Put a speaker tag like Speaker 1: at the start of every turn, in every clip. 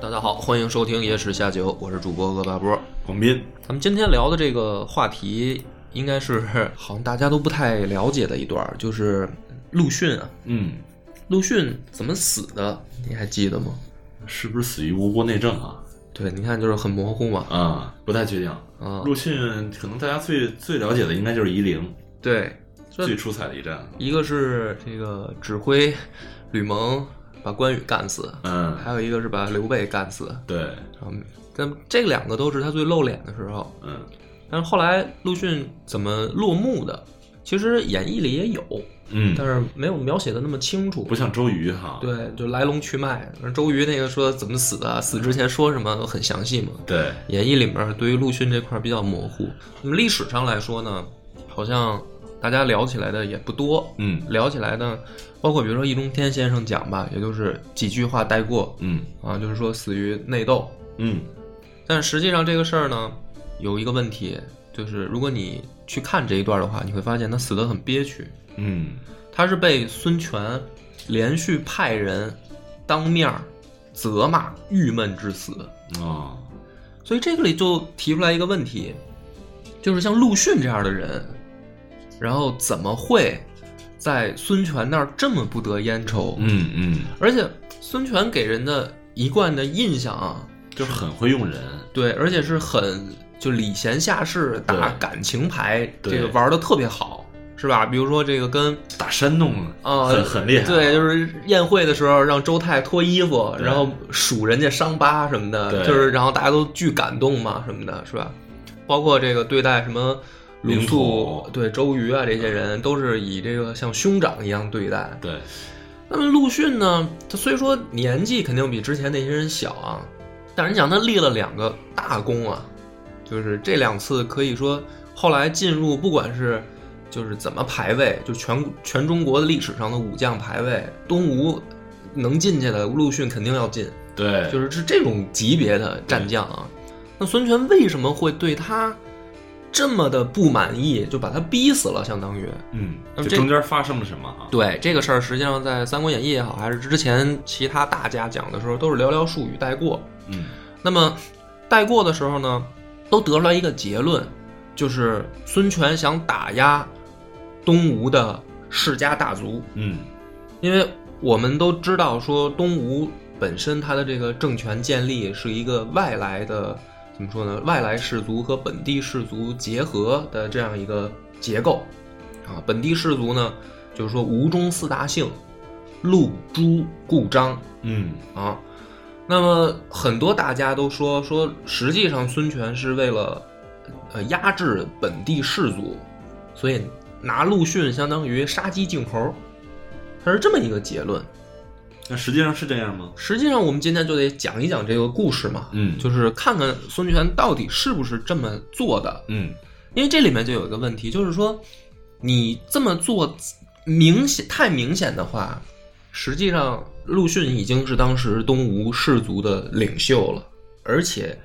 Speaker 1: 大家好，欢迎收听《野史下酒》，我是主播恶霸波。
Speaker 2: 广斌，
Speaker 1: 咱们今天聊的这个话题，应该是好像大家都不太了解的一段儿，就是陆逊啊，
Speaker 2: 嗯，
Speaker 1: 陆逊怎么死的？你还记得吗？
Speaker 2: 是不是死于无国内政啊？
Speaker 1: 对，你看就是很模糊嘛。
Speaker 2: 啊、不太确定。
Speaker 1: 啊，
Speaker 2: 陆逊可能大家最最了解的应该就是夷陵，
Speaker 1: 对，这
Speaker 2: 最出彩的一战。
Speaker 1: 一个是这个指挥吕蒙把关羽干死，
Speaker 2: 嗯，
Speaker 1: 还有一个是把刘备干死。
Speaker 2: 对，
Speaker 1: 嗯，但这两个都是他最露脸的时候。
Speaker 2: 嗯
Speaker 1: 但是后来陆逊怎么落幕的，其实演义里也有，但
Speaker 2: 嗯，
Speaker 1: 是没有描写的那么清楚
Speaker 2: 不。像周瑜哈。
Speaker 1: 对，就来龙去脉。而周瑜那个说怎么死的，死之前说什么很详细嘛。
Speaker 2: 对，
Speaker 1: 演义里面对于陆逊这块儿比较模糊。那么历史上来说呢，好像大家聊起来的也不多。
Speaker 2: 嗯
Speaker 1: 聊起来呢，包括比如说易中天先生讲吧，也就是几句话带过
Speaker 2: 嗯
Speaker 1: 啊，就是说死于内斗。
Speaker 2: 嗯
Speaker 1: 但实际上这个事儿呢，有一个问题，就是如果你去看这一段的话，你会发现他死得很憋屈。
Speaker 2: 嗯，
Speaker 1: 他是被孙权连续派人当面儿责骂，郁闷致死。
Speaker 2: 哦，
Speaker 1: 所以这个里就提出来一个问题，就是像陆逊这样的人，然后怎么会在孙权那儿这么不得烟抽？
Speaker 2: 嗯嗯，
Speaker 1: 而且孙权给人的一贯的印象啊，
Speaker 2: 就是很会用人。
Speaker 1: 对，而且是很就礼贤下士、打
Speaker 2: 对
Speaker 1: 感情牌，
Speaker 2: 对
Speaker 1: 这个玩的特别好，是吧？比如说这个跟
Speaker 2: 打山洞
Speaker 1: 啊
Speaker 2: 很很厉害，
Speaker 1: 对，就是宴会的时候让周泰脱衣服，
Speaker 2: 对
Speaker 1: 然后数人家伤疤什么的，
Speaker 2: 对
Speaker 1: 就是然后大家都巨感动嘛什么的，是吧？包括这个对待什么鲁
Speaker 2: 领
Speaker 1: 肃
Speaker 2: 土、
Speaker 1: 对周瑜啊这些人，都是以这个像兄长一样对待。
Speaker 2: 对，
Speaker 1: 那么陆逊呢，他虽说年纪肯定比之前那些人小啊，但是你想他立了两个大功啊，就是这两次可以说后来进入不管是就是怎么排位，就全全中国历史上的武将排位，东吴能进去的陆逊肯定要进，
Speaker 2: 对，
Speaker 1: 就是是这种级别的战将啊。那孙权为什么会对他这么的不满意，就把他逼死了，相当于。
Speaker 2: 嗯，
Speaker 1: 那
Speaker 2: 这
Speaker 1: 这
Speaker 2: 中间发生了什么啊？
Speaker 1: 对这个事儿，实际上在《三国演义》也好，还是之前其他大家讲的时候，都是寥寥数语带过。
Speaker 2: 嗯
Speaker 1: 那么带过的时候呢，都得出来一个结论，就是孙权想打压东吴的世家大族，
Speaker 2: 嗯，
Speaker 1: 因为我们都知道说东吴本身它的这个政权建立是一个外来的，怎么说呢？外来氏族和本地氏族结合的这样一个结构啊。本地氏族呢，就是说吴中四大姓，陆、朱、顾、张
Speaker 2: 嗯
Speaker 1: 啊。那么很多大家都说说，实际上孙权是为了呃压制本地士族，所以拿陆逊相当于杀鸡儆猴，它是这么一个结论。
Speaker 2: 那实际上是这样吗？
Speaker 1: 实际上，我们今天就得讲一讲这个故事嘛，
Speaker 2: 嗯
Speaker 1: 就是看看孙权到底是不是这么做的。
Speaker 2: 嗯
Speaker 1: 因为这里面就有一个问题，就是说你这么做明显太明显的话，实际上陆逊已经是当时东吴氏族的领袖了，而且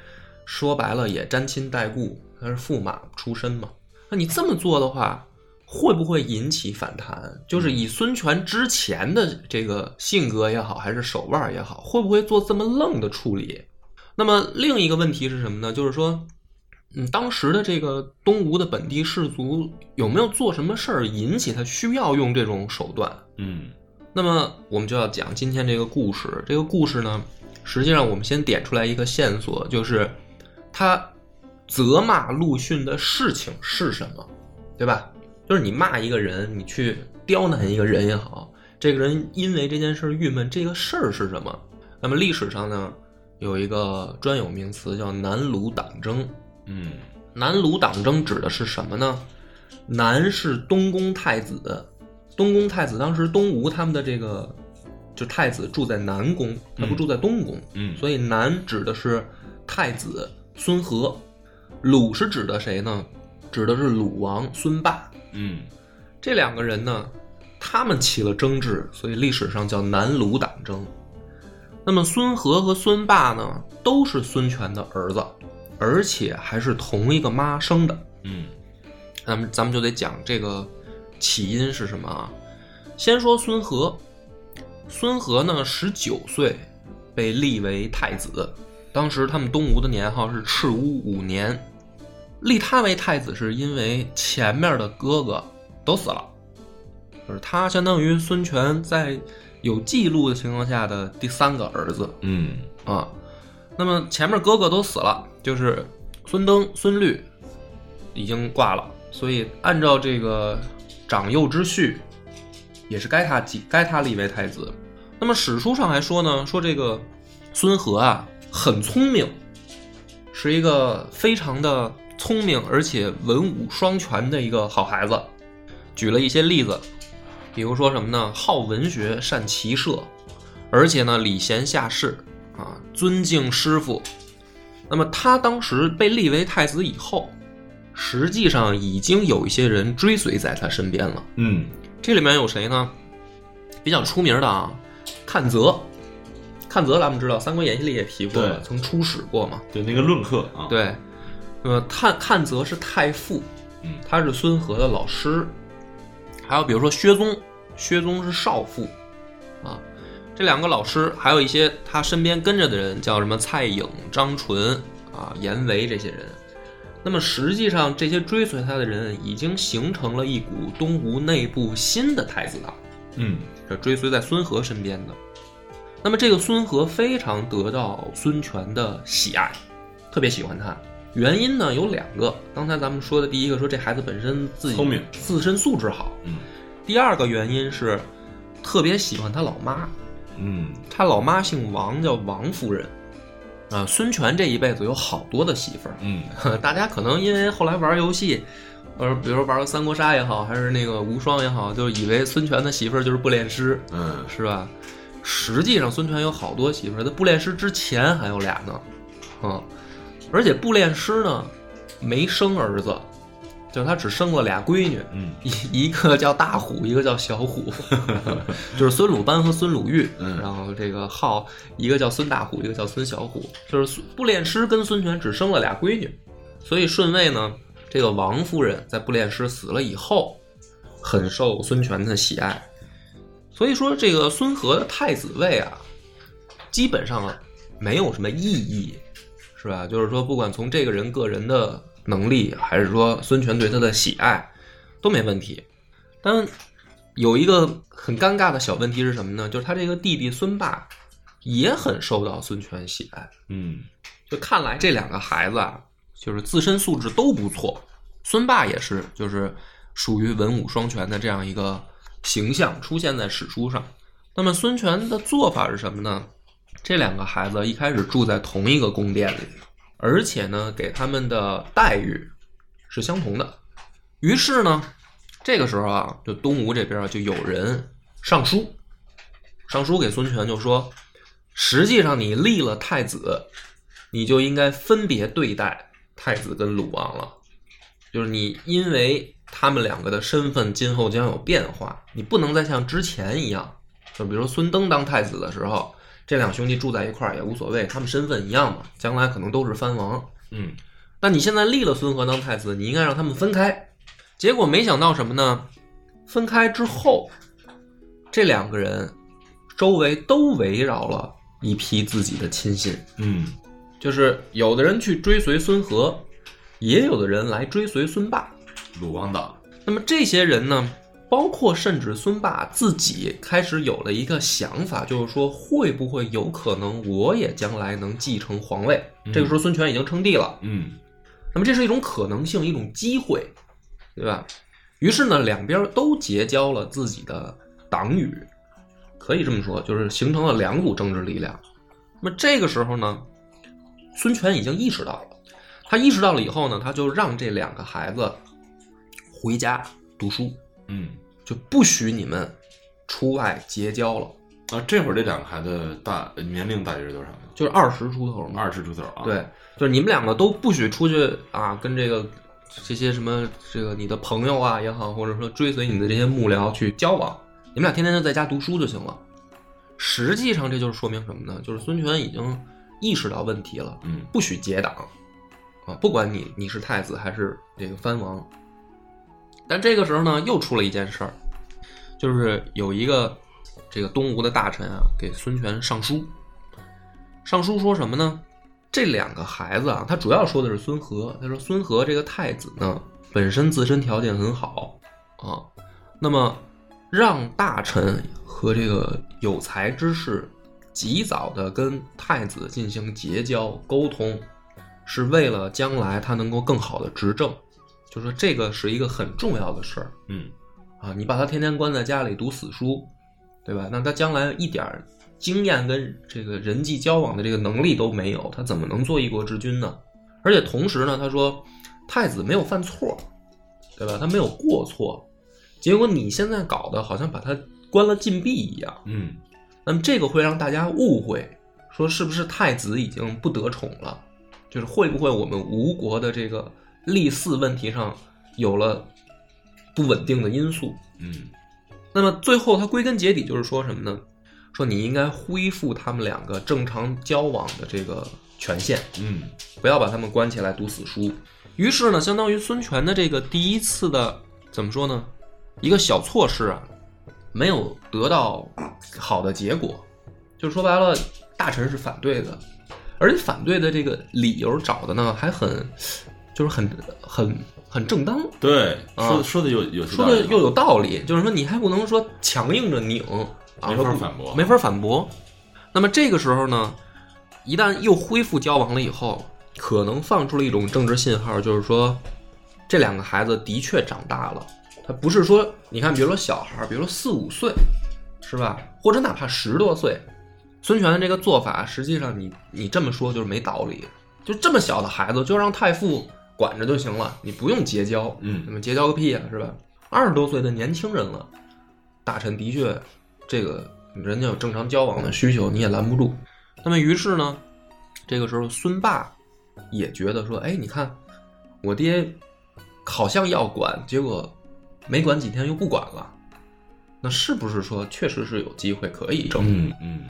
Speaker 1: 说白了也沾亲带故，他是驸马出身嘛。那你这么做的话，会不会引起反弹？就是以孙权之前的这个性格也好，还是手腕也好，会不会做这么愣的处理？那么另一个问题是什么呢？就是说，嗯，当时的这个东吴的本地士族有没有做什么事儿引起他需要用这种手段？
Speaker 2: 嗯
Speaker 1: 那么我们就要讲今天这个故事。这个故事呢，实际上我们先点出来一个线索，就是他责骂陆逊的事情是什么，对吧？就是你骂一个人，你去刁难一个人也好，这个人因为这件事儿郁闷，这个事儿是什么？那么历史上呢，有一个专有名词叫南鲁党争。
Speaker 2: 嗯
Speaker 1: 南鲁党争指的是什么呢？南是东宫太子，东宫太子当时东吴他们的这个就太子住在南宫，他不
Speaker 2: 嗯
Speaker 1: 住在东宫，
Speaker 2: 嗯，
Speaker 1: 所以南指的是太子孙和，鲁是指的谁呢？指的是鲁王孙霸。
Speaker 2: 嗯，
Speaker 1: 这两个人呢，他们起了争执，所以历史上叫南鲁党争。那么孙和和孙霸呢，都是孙权的儿子，而且还是同一个妈生的。
Speaker 2: 嗯，
Speaker 1: 咱们咱们就得讲这个起因是什么啊？先说孙和，孙和呢，十九岁被立为太子，当时他们东吴的年号是赤乌五年。立他为太子是因为前面的哥哥都死了，就是他相当于孙权在有记录的情况下的第三个儿子
Speaker 2: 嗯，
Speaker 1: 啊。那么前面哥哥都死了，就是孙登、孙律已经挂了，所以按照这个长幼之序，也是该他继该他立为太子。那么史书上还说呢，说这个孙和啊很聪明，是一个非常的聪明而且文武双全的一个好孩子。举了一些例子，比如说什么呢？好文学，善骑射，而且呢礼贤下士啊，尊敬师傅。那么他当时被立为太子以后，实际上已经有一些人追随在他身边了。
Speaker 2: 嗯，
Speaker 1: 这里面有谁呢？比较出名的啊，阚泽。阚泽咱们知道，《三国演义》里也提过了，
Speaker 2: 对
Speaker 1: 曾出使过嘛。
Speaker 2: 对，那个论客啊，，
Speaker 1: 对，呃，阚阚泽是太傅，
Speaker 2: 嗯
Speaker 1: 他是孙和的老师。还有比如说薛宗，薛宗是少傅，啊，这两个老师，还有一些他身边跟着的人，叫什么蔡颖、张纯啊、严维这些人。那么实际上，这些追随他的人已经形成了一股东吴内部新的太子党。
Speaker 2: 嗯，
Speaker 1: 这追随在孙和身边的。那么这个孙和非常得到孙权的喜爱，特别喜欢他。原因呢有两个，刚才咱们说的第一个说这孩子本身自己
Speaker 2: 聪明
Speaker 1: 自身素质好，
Speaker 2: 嗯，
Speaker 1: 第二个原因是特别喜欢他老妈，
Speaker 2: 嗯，
Speaker 1: 他老妈姓王，叫王夫人。啊，孙权这一辈子有好多的媳妇儿，
Speaker 2: 嗯，
Speaker 1: 大家可能因为后来玩游戏，呃，比如玩个三国杀也好，还是那个无双也好，就以为孙权的媳妇儿就是布列师，
Speaker 2: 嗯，
Speaker 1: 是吧？实际上，孙权有好多媳妇儿，在布列师之前还有俩呢，嗯，而且布列师呢没生儿子，就是他只生了俩闺女，
Speaker 2: 嗯，
Speaker 1: 一一 个叫大虎，一个叫小 虎，就是孙鲁班和孙鲁豫，
Speaker 2: 嗯
Speaker 1: 然后这个号一个叫孙大虎，一个叫孙小虎，就是孙布列师跟孙权只生了俩闺女，所以顺位呢，这个王夫人在布列师死了以后，很受孙权的喜爱，所以说这个孙和的太子位啊，基本上啊没有什么意义，是吧？就是说，不管从这个人个人的能力，还是说孙权对他的喜爱，都没问题。但有一个很尴尬的小问题是什么呢？就是他这个弟弟孙霸也很受到孙权喜爱。
Speaker 2: 嗯，
Speaker 1: 就看来这两个孩子啊，就是自身素质都不错。孙霸也是，就是属于文武双全的这样一个形象出现在史书上。那么孙权的做法是什么呢？这两个孩子一开始住在同一个宫殿里，而且呢，给他们的待遇是相同的。于是呢，这个时候啊，就东吴这边就有人上书，上书给孙权就说，实际上你立了太子，你就应该分别对待太子跟鲁王了。就是你因为他们两个的身份今后将有变化，你不能再像之前一样，就比如说孙登当太子的时候，这两兄弟住在一块儿也无所谓，他们身份一样嘛，将来可能都是藩王。
Speaker 2: 嗯，
Speaker 1: 那你现在立了孙和当太子，你应该让他们分开。结果没想到什么呢？分开之后，这两个人周围都围绕了一批自己的亲信，
Speaker 2: 嗯，
Speaker 1: 就是有的人去追随孙和，也有的人来追随孙霸。
Speaker 2: 鲁王党，
Speaker 1: 那么这些人呢，包括甚至孙霸自己开始有了一个想法，就是说会不会有可能我也将来能继承皇位？
Speaker 2: 嗯
Speaker 1: 这个时候孙权已经称帝了，
Speaker 2: 嗯，
Speaker 1: 那么这是一种可能性，一种机会，对吧？于是呢，两边都结交了自己的党羽，可以这么说，就是形成了两股政治力量。那么这个时候呢，孙权已经意识到了，他意识到了以后呢，他就让这两个孩子回家读书，
Speaker 2: 嗯，
Speaker 1: 就不许你们出外结交了。
Speaker 2: 啊，这会儿这两个孩子大年龄大约是多少呢？
Speaker 1: 就是二十出头嘛。
Speaker 2: 二十出头啊。
Speaker 1: 对，就是你们两个都不许出去啊，跟这个这些什么这个你的朋友啊也好，或者说追随你的这些幕僚去交往，你们俩天天就在家读书就行了。实际上，这就是说明什么呢？就是孙权已经意识到问题了，
Speaker 2: 嗯
Speaker 1: 不许结党啊，不管你你是太子还是这个藩王。但这个时候呢，又出了一件事儿，就是有一个这个东吴的大臣啊，给孙权上书，上书说什么呢？这两个孩子啊，他主要说的是孙和。他说孙和这个太子呢，本身自身条件很好啊，那么让大臣和这个有才之士及早的跟太子进行结交沟通，是为了将来他能够更好的执政。就说这个是一个很重要的事儿
Speaker 2: 嗯
Speaker 1: 啊，你把他天天关在家里读死书，对吧？那他将来一点儿经验跟这个人际交往的这个能力都没有，他怎么能做一国之君呢？而且同时呢，他说太子没有犯错，对吧？他没有过错，结果你现在搞的好像把他关了禁闭一样。
Speaker 2: 嗯
Speaker 1: 那么这个会让大家误会，说是不是太子已经不得宠了？就是会不会我们吴国的这个立嗣问题上有了不稳定的因素？
Speaker 2: 嗯
Speaker 1: 那么最后他归根结底就是说什么呢？说你应该恢复他们两个正常交往的这个权限，
Speaker 2: 嗯
Speaker 1: 不要把他们关起来读死书。于是呢，相当于孙权的这个第一次的怎么说呢，一个小措施啊，没有得到好的结果，就是说白了，大臣是反对的，而且反对的这个理由找的呢还很，就是很很很正当，
Speaker 2: 对，
Speaker 1: 啊
Speaker 2: 说说的有有些
Speaker 1: 说
Speaker 2: 道理
Speaker 1: 的又有道理，就是说你还不能说强硬着拧，啊、
Speaker 2: 没法
Speaker 1: 说不
Speaker 2: 反驳
Speaker 1: 没法反驳。那么这个时候呢，一旦又恢复交往了以后，可能放出了一种政治信号，就是说这两个孩子的确长大了。他不是说，你看，比如说小孩儿，比如说四五岁，是吧？或者哪怕十多岁，孙权的这个做法，实际上你你这么说就是没道理。就这么小的孩子，就让太傅管着就行了，你不用结交，那
Speaker 2: 嗯
Speaker 1: 么结交个屁啊，是吧？二十多岁的年轻人了，大臣的确，这个人家有正常交往的需求，你也拦不住。那么于是呢，这个时候孙霸也觉得说，哎，你看我爹好像要管，结果没管几天又不管了，那是不是说确实是有机会可以争？
Speaker 2: 嗯嗯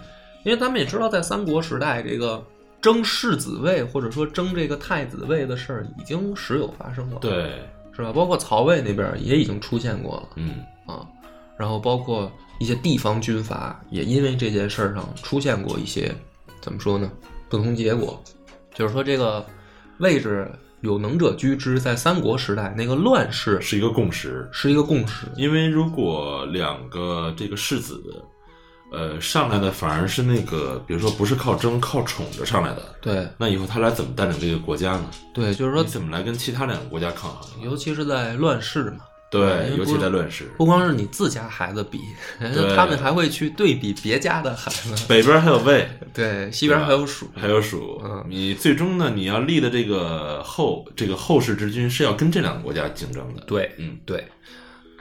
Speaker 1: 因为咱们也知道，在三国时代，这个争世子位或者说争这个太子位的事儿已经时有发生了。。
Speaker 2: 对
Speaker 1: 是吧？包括曹魏那边儿也已经出现过
Speaker 2: 嗯
Speaker 1: 了啊，然后包括一些地方军阀也因为这件事儿上出现过一些怎么说呢？不同结果，就是说这个位置有能者居之，在三国时代那个乱世
Speaker 2: 是一个共识，
Speaker 1: 是一个共识，
Speaker 2: 因为如果两个这个世子，呃，上来的反而是那个，比如说不是靠争靠宠着上来的，
Speaker 1: 对
Speaker 2: 那以后他俩怎么带领这个国家呢？
Speaker 1: 对，就是
Speaker 2: 你
Speaker 1: 说，
Speaker 2: 怎么来跟其他两个国家抗衡呢？
Speaker 1: 尤其是在乱世嘛，因
Speaker 2: 对，
Speaker 1: 为
Speaker 2: 尤
Speaker 1: 不
Speaker 2: 其
Speaker 1: 是
Speaker 2: 在乱世，
Speaker 1: 不光是你自家孩子比，
Speaker 2: 对
Speaker 1: 他们还会去对比别家的孩子，
Speaker 2: 北边还有魏，
Speaker 1: 对，西边还有蜀，
Speaker 2: 还有蜀
Speaker 1: 嗯，
Speaker 2: 你最终呢，你要立的这个后这个后世之君是要跟这两个国家竞争的。
Speaker 1: 对，
Speaker 2: 嗯
Speaker 1: 对，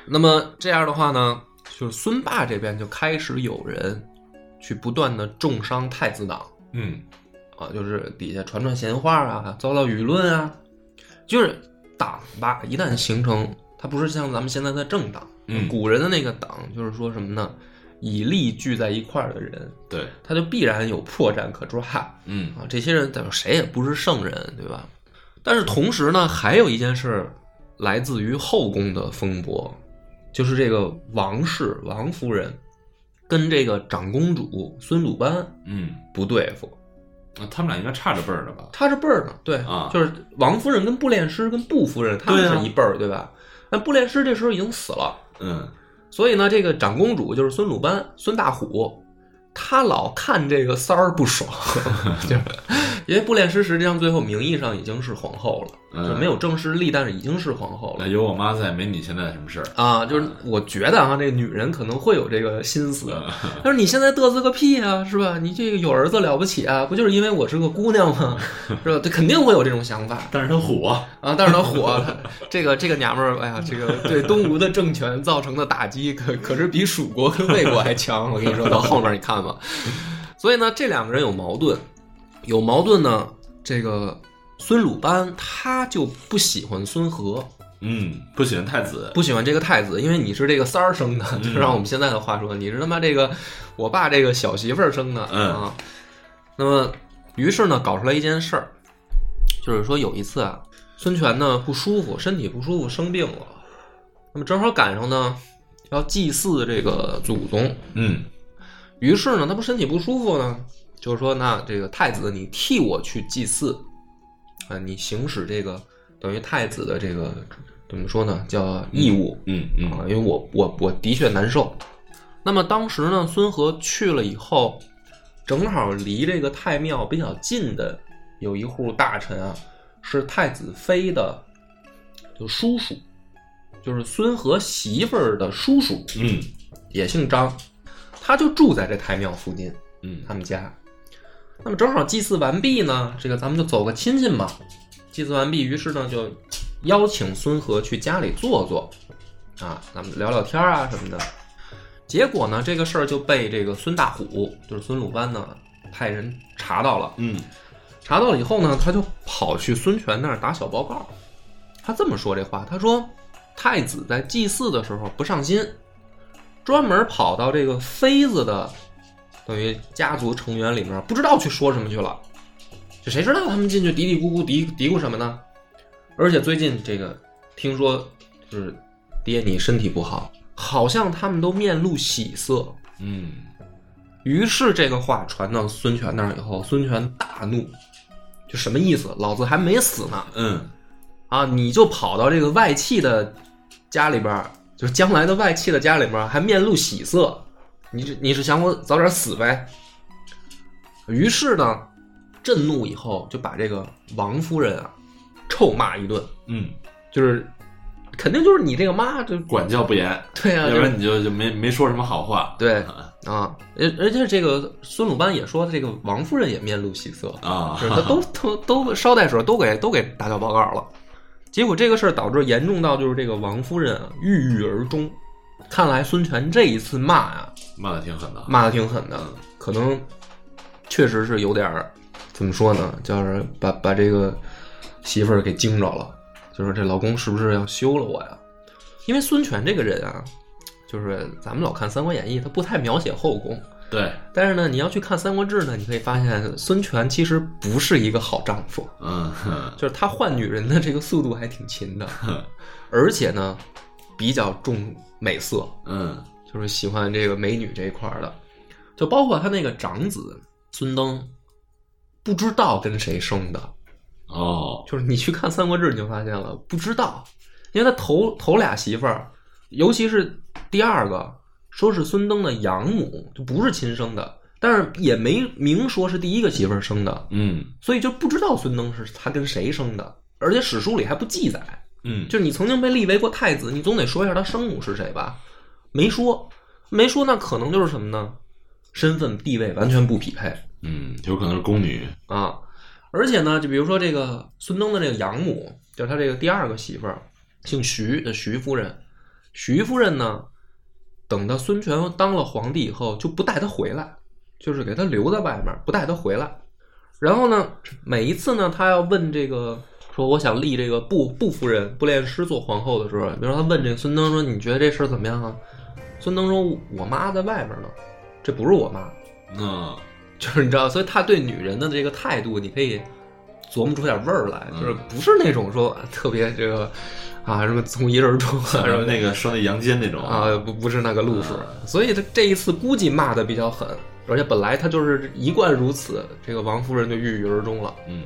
Speaker 1: 那么这样的话呢，就是孙霸这边就开始有人去不断的重伤太子党
Speaker 2: 嗯
Speaker 1: 啊，就是底下传传闲话啊，遭到舆论啊，就是党吧，一旦形成，它不是像咱们现在的政党，
Speaker 2: 嗯
Speaker 1: 古人的那个党就是说什么呢？以利聚在一块儿的人，
Speaker 2: 对，
Speaker 1: 他就必然有破绽可抓。
Speaker 2: 嗯
Speaker 1: 啊，这些人等于谁也不是圣人，对吧？但是同时呢，还有一件事儿来自于后宫的风波，就是这个王氏王夫人跟这个长公主孙鲁班
Speaker 2: 嗯，
Speaker 1: 不对付，
Speaker 2: 那他们俩应该差着辈儿的吧？
Speaker 1: 她是辈儿呢，对，
Speaker 2: 啊
Speaker 1: 就是王夫人跟布列师跟布夫人他们
Speaker 2: 对啊
Speaker 1: 是一辈儿，对吧？那布列师这时候已经死了，
Speaker 2: 嗯
Speaker 1: 所以呢，这个长公主就是孙鲁班孙大虎，他老看这个三儿不爽，就是因为布列师实际上最后名义上已经是皇后了，就
Speaker 2: 嗯
Speaker 1: 没有正式立，但是已经是皇后
Speaker 2: 那
Speaker 1: 了。
Speaker 2: 有哎我妈在，没你现在什么事儿。
Speaker 1: 啊，就是我觉得啊，这个女人可能会有这个心思，
Speaker 2: 嗯呃
Speaker 1: 但是你现在嘚瑟个屁啊，是吧？你这个有儿子了不起啊？不就是因为我是个姑娘吗？ 是吧？她肯定会有这种想法
Speaker 2: 但是她虎啊，
Speaker 1: 啊。但是她火，这个这个娘们儿，哎呀，这个对东吴的政权造成的打击可可是比蜀国跟魏国还强。我跟你说，到后面你看吧。所以呢，这两个人有矛盾，有矛盾呢，这个孙鲁班他就不喜欢孙和，
Speaker 2: 嗯，不喜欢太子，
Speaker 1: 不喜欢这个太子，因为你是这个三儿生的，就让我们现在的话说，你是他妈这个我爸这个小媳妇儿生的、
Speaker 2: 嗯
Speaker 1: 啊。那么，于是呢，搞出来一件事儿，就是说有一次啊，孙权呢不舒服，身体不舒服，生病了。那么正好赶上呢，要祭祀这个祖宗，
Speaker 2: 嗯
Speaker 1: 于是呢，他不身体不舒服呢，就是说，那这个太子，你替我去祭祀，啊，你行使这个等于太子的这个怎么说呢，叫义务。
Speaker 2: 嗯
Speaker 1: 啊，因
Speaker 2: 嗯
Speaker 1: 为我我我的确难受。那么当时呢，孙和去了以后，正好离这个太庙比较近的有一户大臣啊，是太子妃的就叔叔，就是孙和媳妇儿的叔叔，
Speaker 2: 嗯
Speaker 1: 也姓张，他就住在这太庙附近，
Speaker 2: 嗯
Speaker 1: 他们家。那么正好祭祀完毕呢，这个咱们就走个亲戚嘛。祭祀完毕，于是呢就邀请孙和去家里坐坐，啊，咱们聊聊天啊什么的。结果呢，这个事儿就被这个孙大虎，就是孙鲁班呢，派人查到了。
Speaker 2: 嗯
Speaker 1: 查到了以后呢，他就跑去孙权那儿打小报告。他这么说这话，他说太子在祭祀的时候不上心，专门跑到这个妃子的等于家族成员里面，不知道去说什么去了。这谁知道他们进去嘀嘀咕咕嘀嘀咕什么呢？而且最近这个听说就是爹你身体不好，好像他们都面露喜色。
Speaker 2: 嗯
Speaker 1: 于是这个话传到孙权那儿以后，孙权大怒，就什么意思？老子还没死呢
Speaker 2: 嗯
Speaker 1: 啊，你就跑到这个外戚的家里边儿，就是将来的外戚的家里边儿，还面露喜色，你这你是想我早点死呗？于是呢，震怒以后就把这个王夫人啊臭骂一顿，
Speaker 2: 嗯，
Speaker 1: 就是肯定就是你这个妈，就
Speaker 2: 管教不严，
Speaker 1: 对啊，
Speaker 2: 要
Speaker 1: 就
Speaker 2: 不
Speaker 1: 是
Speaker 2: 然你就就没没说什么好话。
Speaker 1: 对啊，而而且这个孙鲁班也说，这个王夫人也面露喜色，
Speaker 2: 啊
Speaker 1: 就是他都都都捎带手都给都给打小报告了。结果这个事儿导致严重到就是这个王夫人啊郁郁而终。看来孙权这一次骂啊，
Speaker 2: 骂的挺狠的。
Speaker 1: 骂的挺狠的，可能确实是有点儿怎么说呢，就是把把这个媳妇儿给惊着了，就是这老公是不是要休了我呀？因为孙权这个人啊，就是咱们老看《三国演义》，他不太描写后宫，
Speaker 2: 对，
Speaker 1: 但是呢，你要去看《三国志》呢，你可以发现孙权其实不是一个好丈夫，
Speaker 2: 嗯哼
Speaker 1: 就是他换女人的这个速度还挺勤的，而且呢，比较重美色，
Speaker 2: 嗯
Speaker 1: 就是喜欢这个美女这一块儿的，就包括他那个长子孙登，不知道跟谁生的，
Speaker 2: 哦
Speaker 1: 就是你去看《三国志》，你就发现了，不知道，因为他头头俩媳妇儿，尤其是第二个，说是孙登的养母，就不是亲生的，但是也没明说是第一个媳妇儿生的，
Speaker 2: 嗯
Speaker 1: 所以就不知道孙登是他跟谁生的，而且史书里还不记载。
Speaker 2: 嗯
Speaker 1: 就是你曾经被立为过太子，你总得说一下他生母是谁吧？没说，没说，那可能就是什么呢？身份地位完全不匹配
Speaker 2: 嗯，有可能是宫女。
Speaker 1: 啊！而且呢，就比如说这个孙登的这个养母，就是他这个第二个媳妇儿，姓徐的徐夫人。徐夫人呢，等到孙权当了皇帝以后，就不带他回来，就是给他留在外面，不带他回来。然后呢，每一次呢，他要问这个说我想立这个布布夫人布列师做皇后的时候，比如说他问这个孙登说你觉得这事儿怎么样啊？孙登说我妈在外面呢，这不是我妈，
Speaker 2: 嗯
Speaker 1: 就是你知道，所以他对女人的这个态度，你可以琢磨出点味儿来，
Speaker 2: 嗯
Speaker 1: 就是不是那种说特别这个啊什么从一而终嗯啊
Speaker 2: 像
Speaker 1: 什
Speaker 2: 什
Speaker 1: 么
Speaker 2: 么那个生在阳间那种
Speaker 1: 啊，不不是那个路数，所以他这一次估计骂的比较狠，而且本来他就是一贯如此，这个王夫人就郁郁而终了。
Speaker 2: 嗯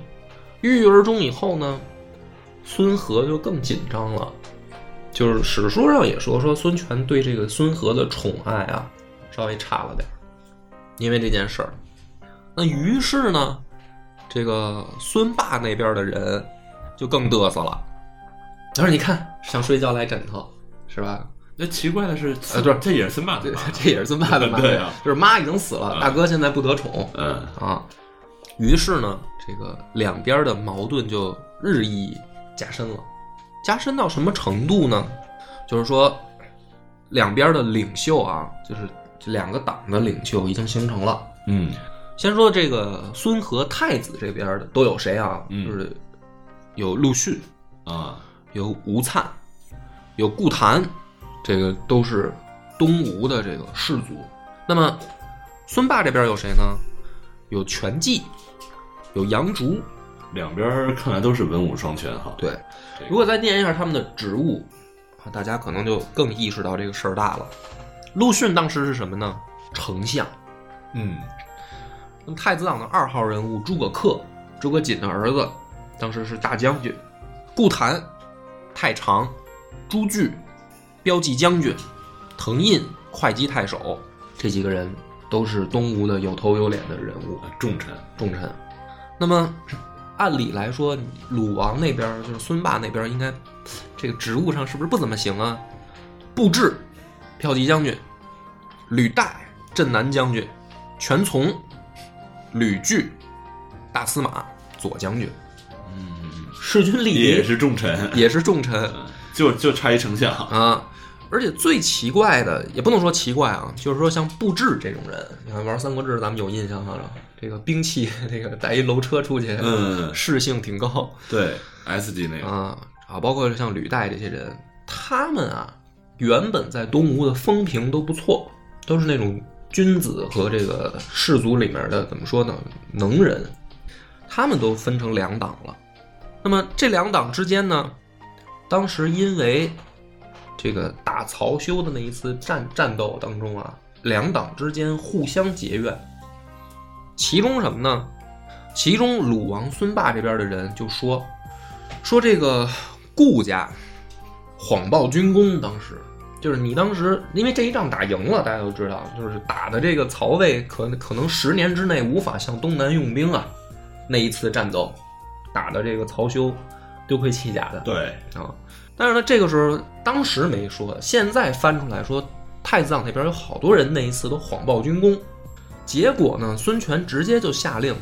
Speaker 1: 郁郁而终以后呢，孙和就更紧张了。就是史书上也说，说孙权对这个孙和的宠爱啊，稍微差了点儿。因为这件事儿。那于是呢，这个孙霸那边的人就更嘚瑟了。他说：“你看，想睡觉来枕头，是 吧？
Speaker 2: 那奇怪的是，
Speaker 1: 呃对
Speaker 2: 这也是孙霸
Speaker 1: 这
Speaker 2: 的吧？
Speaker 1: 这也是孙霸的妈
Speaker 2: 对啊
Speaker 1: 就是妈已经死了，
Speaker 2: 啊
Speaker 1: 大哥现在不得宠
Speaker 2: 嗯
Speaker 1: 啊。于是呢，这个两边的矛盾就日益加深了，加深到什么程度呢？就是说，两边的领袖啊，就是这两个党的领袖已经形成了。
Speaker 2: 嗯
Speaker 1: 先说这个孙和太子这边的都有谁啊？
Speaker 2: 嗯
Speaker 1: 就是有陆逊，
Speaker 2: 啊
Speaker 1: 有吴灿，有顾谭，这个都是东吴的这个氏族。那么孙霸这边有谁呢？有全季，有杨竹。
Speaker 2: 两边儿看来都是文武双全哈。
Speaker 1: 对，
Speaker 2: 这个
Speaker 1: 如果再念一下他们的职务啊，大家可能就更意识到这个事儿大了。陆逊当时是什么呢？丞相。
Speaker 2: 嗯
Speaker 1: 那么太子党的二号人物诸葛恪，诸葛瑾的儿子，当时是大将军；顾谭、太常、朱据、骠骑将军、滕胤、会稽太守，这几个人都是东吴的有头有脸的人物
Speaker 2: 啊重臣
Speaker 1: 重臣。那么，按理来说，鲁王那边就是孙霸那边，应该这个职务上是不是不怎么行啊？布置，骠骑将军；吕岱，镇南将军；全琮，吕据；大司马，左将军。嗯，势均力敌
Speaker 2: 也是嗯重臣，
Speaker 1: 也是重臣
Speaker 2: 就就差一丞相。
Speaker 1: 啊。而且最奇怪的，也不能说奇怪啊，就是说像布置这种人，你看玩《三国志》，咱们有印象哈，这个兵器，这个带一楼车出去，
Speaker 2: 嗯，
Speaker 1: 适性挺高
Speaker 2: 对，S 级那个，
Speaker 1: 啊啊，包括像吕岱这些人，他们啊原本在东吴的风评都不错，都是那种君子和这个士族里面的怎么说呢，能人，他们都分成两党了。那么这两党之间呢，当时因为这个打曹休的那一次战战斗当中啊，两党之间互相结怨，其中什么呢？其中鲁王孙霸这边的人就说，说这个顾家谎报军功，当时就是你当时因为这一仗打赢了，大家都知道，就是打的这个曹魏可可能十年之内无法向东南用兵啊。那一次战斗打的这个曹休丢盔弃甲的，
Speaker 2: 对，
Speaker 1: 啊。但是呢，这个时候当时没说，现在翻出来说，太子党那边有好多人那一次都谎报军功，结果呢，孙权直接就下令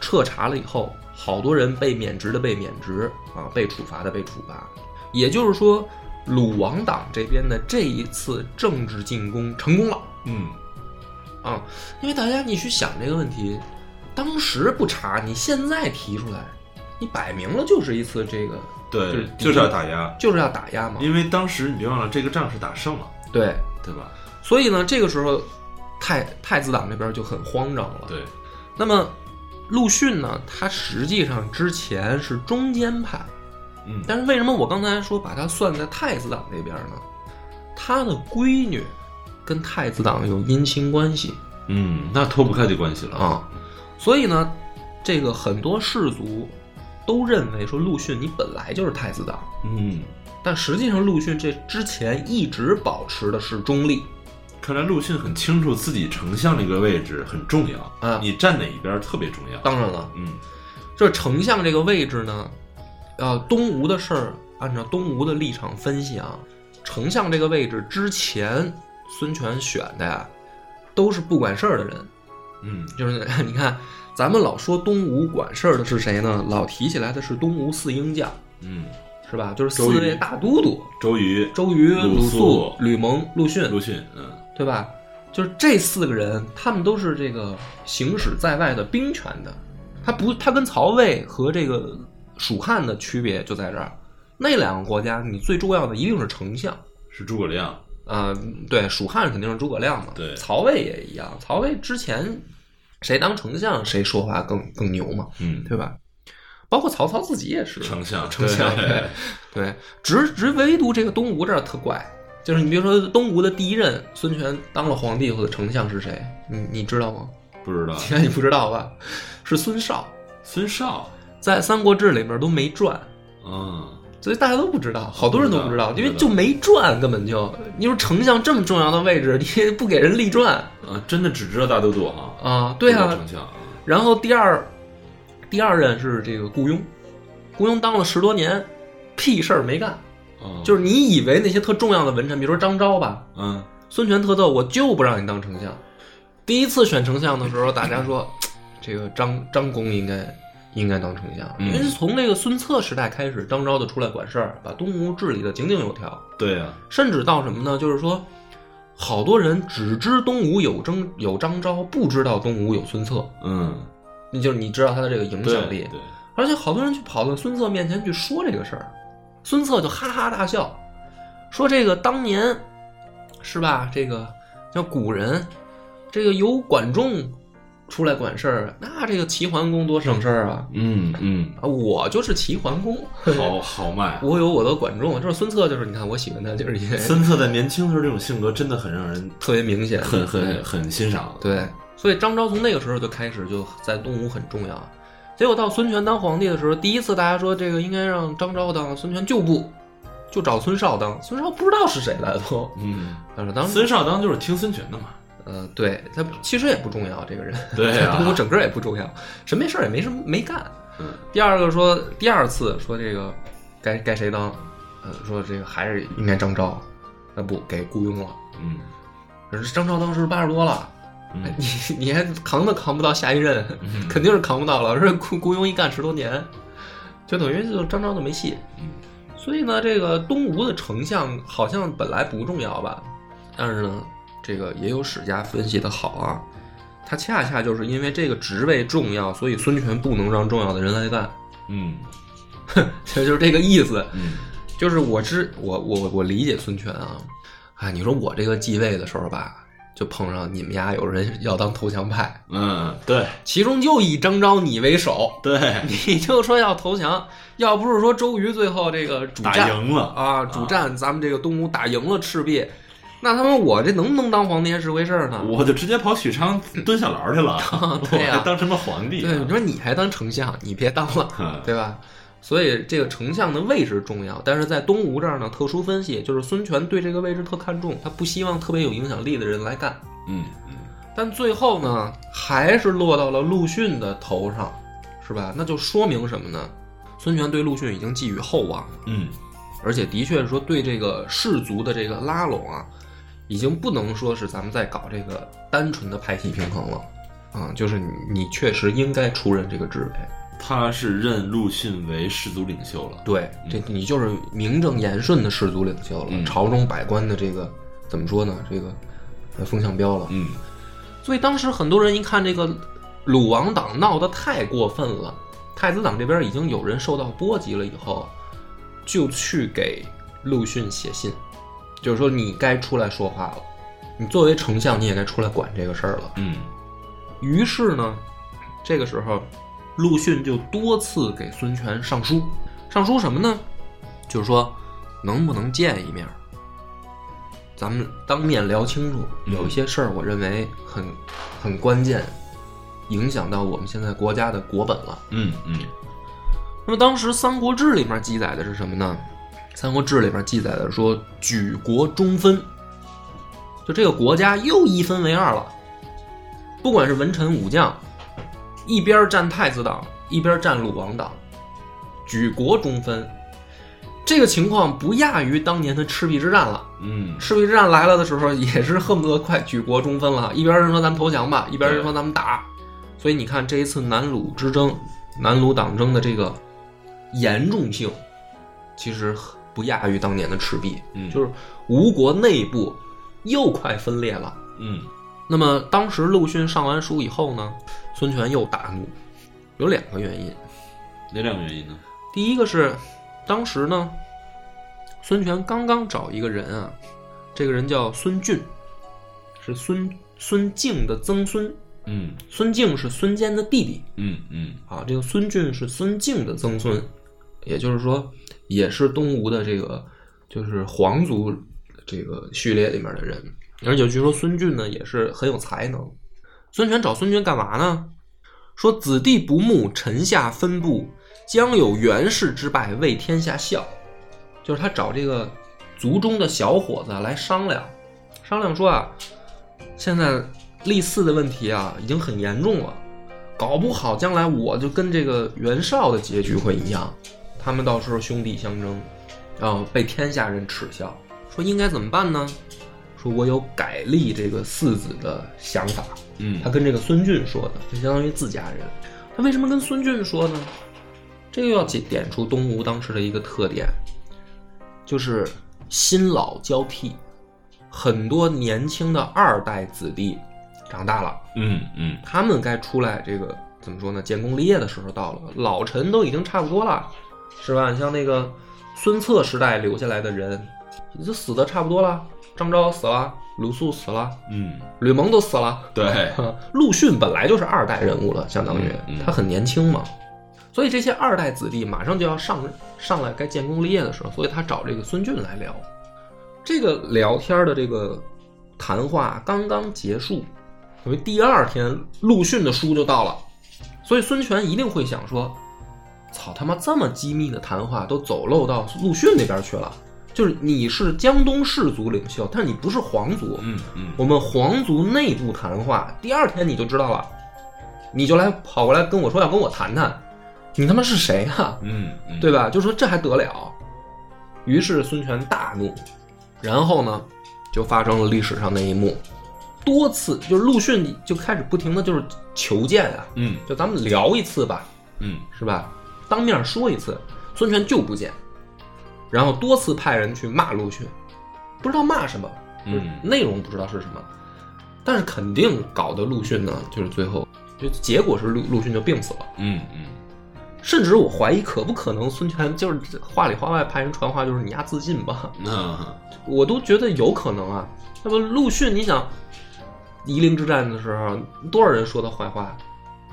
Speaker 1: 彻查了以后，好多人被免职的被免职啊，被处罚的被处罚。也就是说，鲁王党这边的这一次政治进攻成功了。
Speaker 2: 嗯，
Speaker 1: 啊，因为大家你去想这个问题，当时不查，你现在提出来，你摆明了就是一次这个
Speaker 2: 对，
Speaker 1: 就
Speaker 2: 就是是要打压，
Speaker 1: 就是要打压嘛。
Speaker 2: 因为当时你别忘了这个仗是打胜了，
Speaker 1: 对，
Speaker 2: 对吧？
Speaker 1: 所以呢，这个时候太太子党这边就很慌张了。
Speaker 2: 对，
Speaker 1: 那么陆逊呢，他实际上之前是中间派，
Speaker 2: 嗯，
Speaker 1: 但是为什么我刚才说把他算在太子党那边呢？他的闺女跟太子党有姻亲关系，
Speaker 2: 嗯，那脱不开这关系了。
Speaker 1: 啊，所以呢，这个很多士族都认为说陆逊你本来就是太子党，
Speaker 2: 嗯，
Speaker 1: 但实际上陆逊这之前一直保持的是中立，
Speaker 2: 看来陆逊很清楚自己丞相这个位置很重要
Speaker 1: 啊
Speaker 2: 你站哪一边儿特别重要。
Speaker 1: 当然了，
Speaker 2: 嗯
Speaker 1: 这丞相这个位置呢，呃，东吴的事儿，按照东吴的立场分析啊，丞相这个位置之前孙权选的呀，都是不管事儿的人，
Speaker 2: 嗯，
Speaker 1: 就是你看，咱们老说东吴管事儿的是谁呢？老提起来的是东吴四英将，
Speaker 2: 嗯，
Speaker 1: 是吧？就是四
Speaker 2: 周瑜
Speaker 1: 位大都督，
Speaker 2: 周瑜、
Speaker 1: 周瑜、
Speaker 2: 鲁
Speaker 1: 鲁肃
Speaker 2: 肃、
Speaker 1: 吕蒙、陆逊，
Speaker 2: 陆逊，嗯
Speaker 1: 对吧？就是这四个人，他们都是这个行使在外的兵权的。他不，他跟曹魏和这个蜀汉的区别就在这儿。那两个国家，你最重要的一定是丞相
Speaker 2: 是诸葛亮，
Speaker 1: 啊、对，蜀汉肯定是诸葛亮嘛，
Speaker 2: 对
Speaker 1: 曹魏也一样。曹魏之前谁当丞相，谁说话更更牛嘛，
Speaker 2: 嗯，
Speaker 1: 对吧？包括曹操自己也是，
Speaker 2: 丞相，
Speaker 1: 丞相
Speaker 2: 对
Speaker 1: 对 对，只只唯独这个东吴这儿特怪，就是你比如说东吴的第一任孙权当了皇帝或者丞相是谁？你你知道吗？
Speaker 2: 不知道
Speaker 1: 应该你不知道吧？是孙绍，
Speaker 2: 孙绍，
Speaker 1: 在《三国志》里面都没传，
Speaker 2: 嗯，
Speaker 1: 所以大家都不知道，好多人都不知道，
Speaker 2: 哦不知
Speaker 1: 因
Speaker 2: 道
Speaker 1: 为就没赚，根本就你说丞相这么重要的位置，你也不给人立传
Speaker 2: 啊，真的只知道大都督啊，
Speaker 1: 啊？对
Speaker 2: 不知道
Speaker 1: 啊。
Speaker 2: 丞相啊，
Speaker 1: 然后第二，第二任是这个雇佣，雇佣当了十多年，屁事儿没干，
Speaker 2: 嗯
Speaker 1: 就是你以为那些特重要的文臣，比如说张昭吧，
Speaker 2: 嗯，
Speaker 1: 孙权特奏，我就不让你当丞相。第一次选丞相的时候，大家说，这个张张公应该应该当丞相，
Speaker 2: 嗯
Speaker 1: 因为从这个孙策时代开始，张昭就出来管事儿，把东吴治理的井井有条，
Speaker 2: 对啊呀，
Speaker 1: 甚至到什么呢？就是说，好多人只知东吴有张有张昭，不知道东吴有孙策，
Speaker 2: 嗯，
Speaker 1: 那就是你知道他的这个影
Speaker 2: 对
Speaker 1: 响力。
Speaker 2: 对，
Speaker 1: 而且好多人去跑到孙策面前去说这个事儿，孙策就哈哈大笑，说这个当年是吧？这个像古人，这个由管仲出来管事儿，那这个齐桓公多省事儿啊！
Speaker 2: 嗯嗯，
Speaker 1: 啊，我就是齐桓公，
Speaker 2: 好好卖。啊
Speaker 1: 我有我的管仲，就是孙策，就是你看我喜欢他，就是因为
Speaker 2: 孙策在年轻的时候这种性格真的很让人
Speaker 1: 特别明显，
Speaker 2: 很很很欣赏。啊
Speaker 1: 对，所以张昭从那个时候就开始就在东吴很重要。结果到孙权当皇帝的时候，第一次大家说这个应该让张昭当，孙权就不，就找孙绍当。孙绍不知道是谁来的都，
Speaker 2: 嗯，
Speaker 1: 但是当时，
Speaker 2: 孙少当就是听孙权的 嘛。
Speaker 1: 呃，对他其实也不重要，这个人，
Speaker 2: 对 啊
Speaker 1: 东吴整个也不重要，什么事儿也没什么没干。
Speaker 2: 嗯
Speaker 1: 第二个说，第二次说这个该该谁当，呃，说这个还是应该张昭，那不给雇佣了。
Speaker 2: 嗯
Speaker 1: 可是张昭当时八十多了，
Speaker 2: 嗯
Speaker 1: 你你还扛都扛不到下一任， 肯定是扛不到了。这雇雇佣一干十多年，就等于就张昭就没戏。
Speaker 2: 嗯
Speaker 1: 所以呢，这个东吴的丞相好像本来不重要吧，但是呢，这个也有史家分析的好啊，他恰恰就是因为这个职位重要，所以孙权不能让重要的人来干，
Speaker 2: 嗯
Speaker 1: 这就是这个意思。
Speaker 2: 嗯
Speaker 1: 就是我知我我我理解孙权啊，哎，你说我这个继位的时候吧，就碰上你们家有人要当投降派，
Speaker 2: 嗯，对
Speaker 1: 其中就以张昭你为 首，
Speaker 2: 对，
Speaker 1: 你就说要投降，要不是说周瑜最后这个主
Speaker 2: 打
Speaker 1: 战
Speaker 2: 赢了。
Speaker 1: 啊，主战咱们这个东吴打赢了赤壁，那他妈我这能不能当皇帝还是回事儿呢？
Speaker 2: 我就直接跑许昌蹲小牢去了，
Speaker 1: 啊 对
Speaker 2: 我
Speaker 1: 啊
Speaker 2: 还当什么皇帝
Speaker 1: 对，
Speaker 2: 啊？
Speaker 1: 你说你还当丞相，你别当了，
Speaker 2: 嗯
Speaker 1: 对吧？所以这个丞相的位置重要，但是在东吴这儿呢，特殊分析就是孙权对这个位置特看重，他不希望特别有影响力的人来干。
Speaker 2: 嗯
Speaker 1: 但最后呢，还是落到了陆逊的头上，是吧？那就说明什么呢？孙权对陆逊已经寄予厚望了，
Speaker 2: 嗯
Speaker 1: 而且的确是说对这个氏族的这个拉拢啊，已经不能说是咱们在搞这个单纯的派系平衡了，啊、就是你你确实应该出任这个职位，
Speaker 2: 他是任陆逊为氏族领袖了。
Speaker 1: 对，这你就是名正言顺的氏族领袖了，
Speaker 2: 嗯
Speaker 1: 朝中百官的这个怎么说呢？这个呃风向标了，
Speaker 2: 嗯
Speaker 1: 所以当时很多人一看这个鲁王党闹得太过分了，太子党这边已经有人受到波及了，以后就去给陆逊写信，就是说你该出来说话了，你作为丞相你也该出来管这个事儿了。
Speaker 2: 嗯
Speaker 1: 于是呢，这个时候陆逊就多次给孙权上书，上书什么呢？就是说能不能见一面儿，咱们当面聊清楚。
Speaker 2: 嗯
Speaker 1: 有一些事儿，我认为很很关键，影响到我们现在国家的国本了。
Speaker 2: 嗯嗯
Speaker 1: 那么当时《三国志》里面记载的是什么呢？《三国志》里面记载的说举国中分，就这个国家又一分为二了。不管是文臣武将，一边站太子党，一边站鲁王党，举国中分。这个情况不亚于当年的赤壁之战了。
Speaker 2: 嗯
Speaker 1: 赤壁之战来了的时候，也是恨不得快举国中分了，一边人说咱们投降吧，一边人说咱们打。所以你看这一次南鲁之争、南鲁党争的这个严重性，其实不亚于当年的赤壁，
Speaker 2: 嗯
Speaker 1: 就是吴国内部又快分裂了。
Speaker 2: 嗯
Speaker 1: 那么当时陆逊上完书以后呢，孙权又大怒，有两个原因。
Speaker 2: 哪两个原因呢？
Speaker 1: 第一个是，当时呢，孙权刚刚找一个人啊，这个人叫孙俊，是孙孙敬的曾孙，
Speaker 2: 嗯
Speaker 1: 孙敬是孙坚的弟弟
Speaker 2: 嗯嗯
Speaker 1: 啊，这个孙俊是孙敬的曾孙，也就是说，也是东吴的这个就是皇族这个序列里面的人，而且据说孙俊呢也是很有才能。孙权找孙俊干嘛呢？说子弟不睦，臣下分布，将有袁氏之败，为天下笑。就是他找这个族中的小伙子来商量，商量说啊，现在立嗣的问题啊已经很严重了，搞不好将来我就跟这个袁绍的结局会一样，他们到时候兄弟相争，然后被天下人耻笑，说应该怎么办呢？说我有改立这个嗣子的想法，
Speaker 2: 嗯
Speaker 1: 他跟这个孙俊说的，就相当于自家人。他为什么跟孙俊说呢？这个要点点出东吴当时的一个特点，就是新老交替，很多年轻的二代子弟长大了，
Speaker 2: 嗯嗯
Speaker 1: 他们该出来这个怎么说呢？建功立业的时候到了，老臣都已经差不多了，是吧？你像那个孙策时代留下来的人，也就死的差不多了，张昭死了，鲁肃死了，
Speaker 2: 嗯，
Speaker 1: 吕蒙都死了。
Speaker 2: 对，
Speaker 1: 啊，陆逊本来就是二代人物了，相当于
Speaker 2: 哎嗯嗯
Speaker 1: 他很年轻嘛，所以这些二代子弟马上就要上上来该建功立业的时候，所以他找这个孙俊来聊。这个聊天的这个谈话刚刚结束，因为第二天陆逊的书就到了，所以孙权一定会想说：“操他妈，这么机密的谈话都走漏到陆逊那边去了。”就是你是江东氏族领袖，但是你不是皇族，
Speaker 2: 嗯嗯
Speaker 1: 我们皇族内部谈话，第二天你就知道了，你就来跑过来跟我说要跟我谈谈，你他妈是谁啊？
Speaker 2: 嗯嗯，
Speaker 1: 对吧？就说这还得了？于是孙权大怒，然后呢，就发生了历史上那一幕，多次就是陆逊就开始不停的就是求见啊，
Speaker 2: 嗯
Speaker 1: 就咱们聊一次吧，
Speaker 2: 嗯
Speaker 1: 是吧？当面说一次，孙权就不见，然后多次派人去骂陆逊，不知道骂什么，
Speaker 2: 嗯
Speaker 1: 内容不知道是什么，但是肯定搞得陆逊呢，就是最后就结果是陆陆逊就病死了。
Speaker 2: 嗯嗯，
Speaker 1: 甚至我怀疑可不可能孙权就是话里话外派人传话，就是你丫自尽吧，
Speaker 2: 那
Speaker 1: 我都觉得有可能啊。那么陆逊，你想，夷陵之战的时候，多少人说他坏话，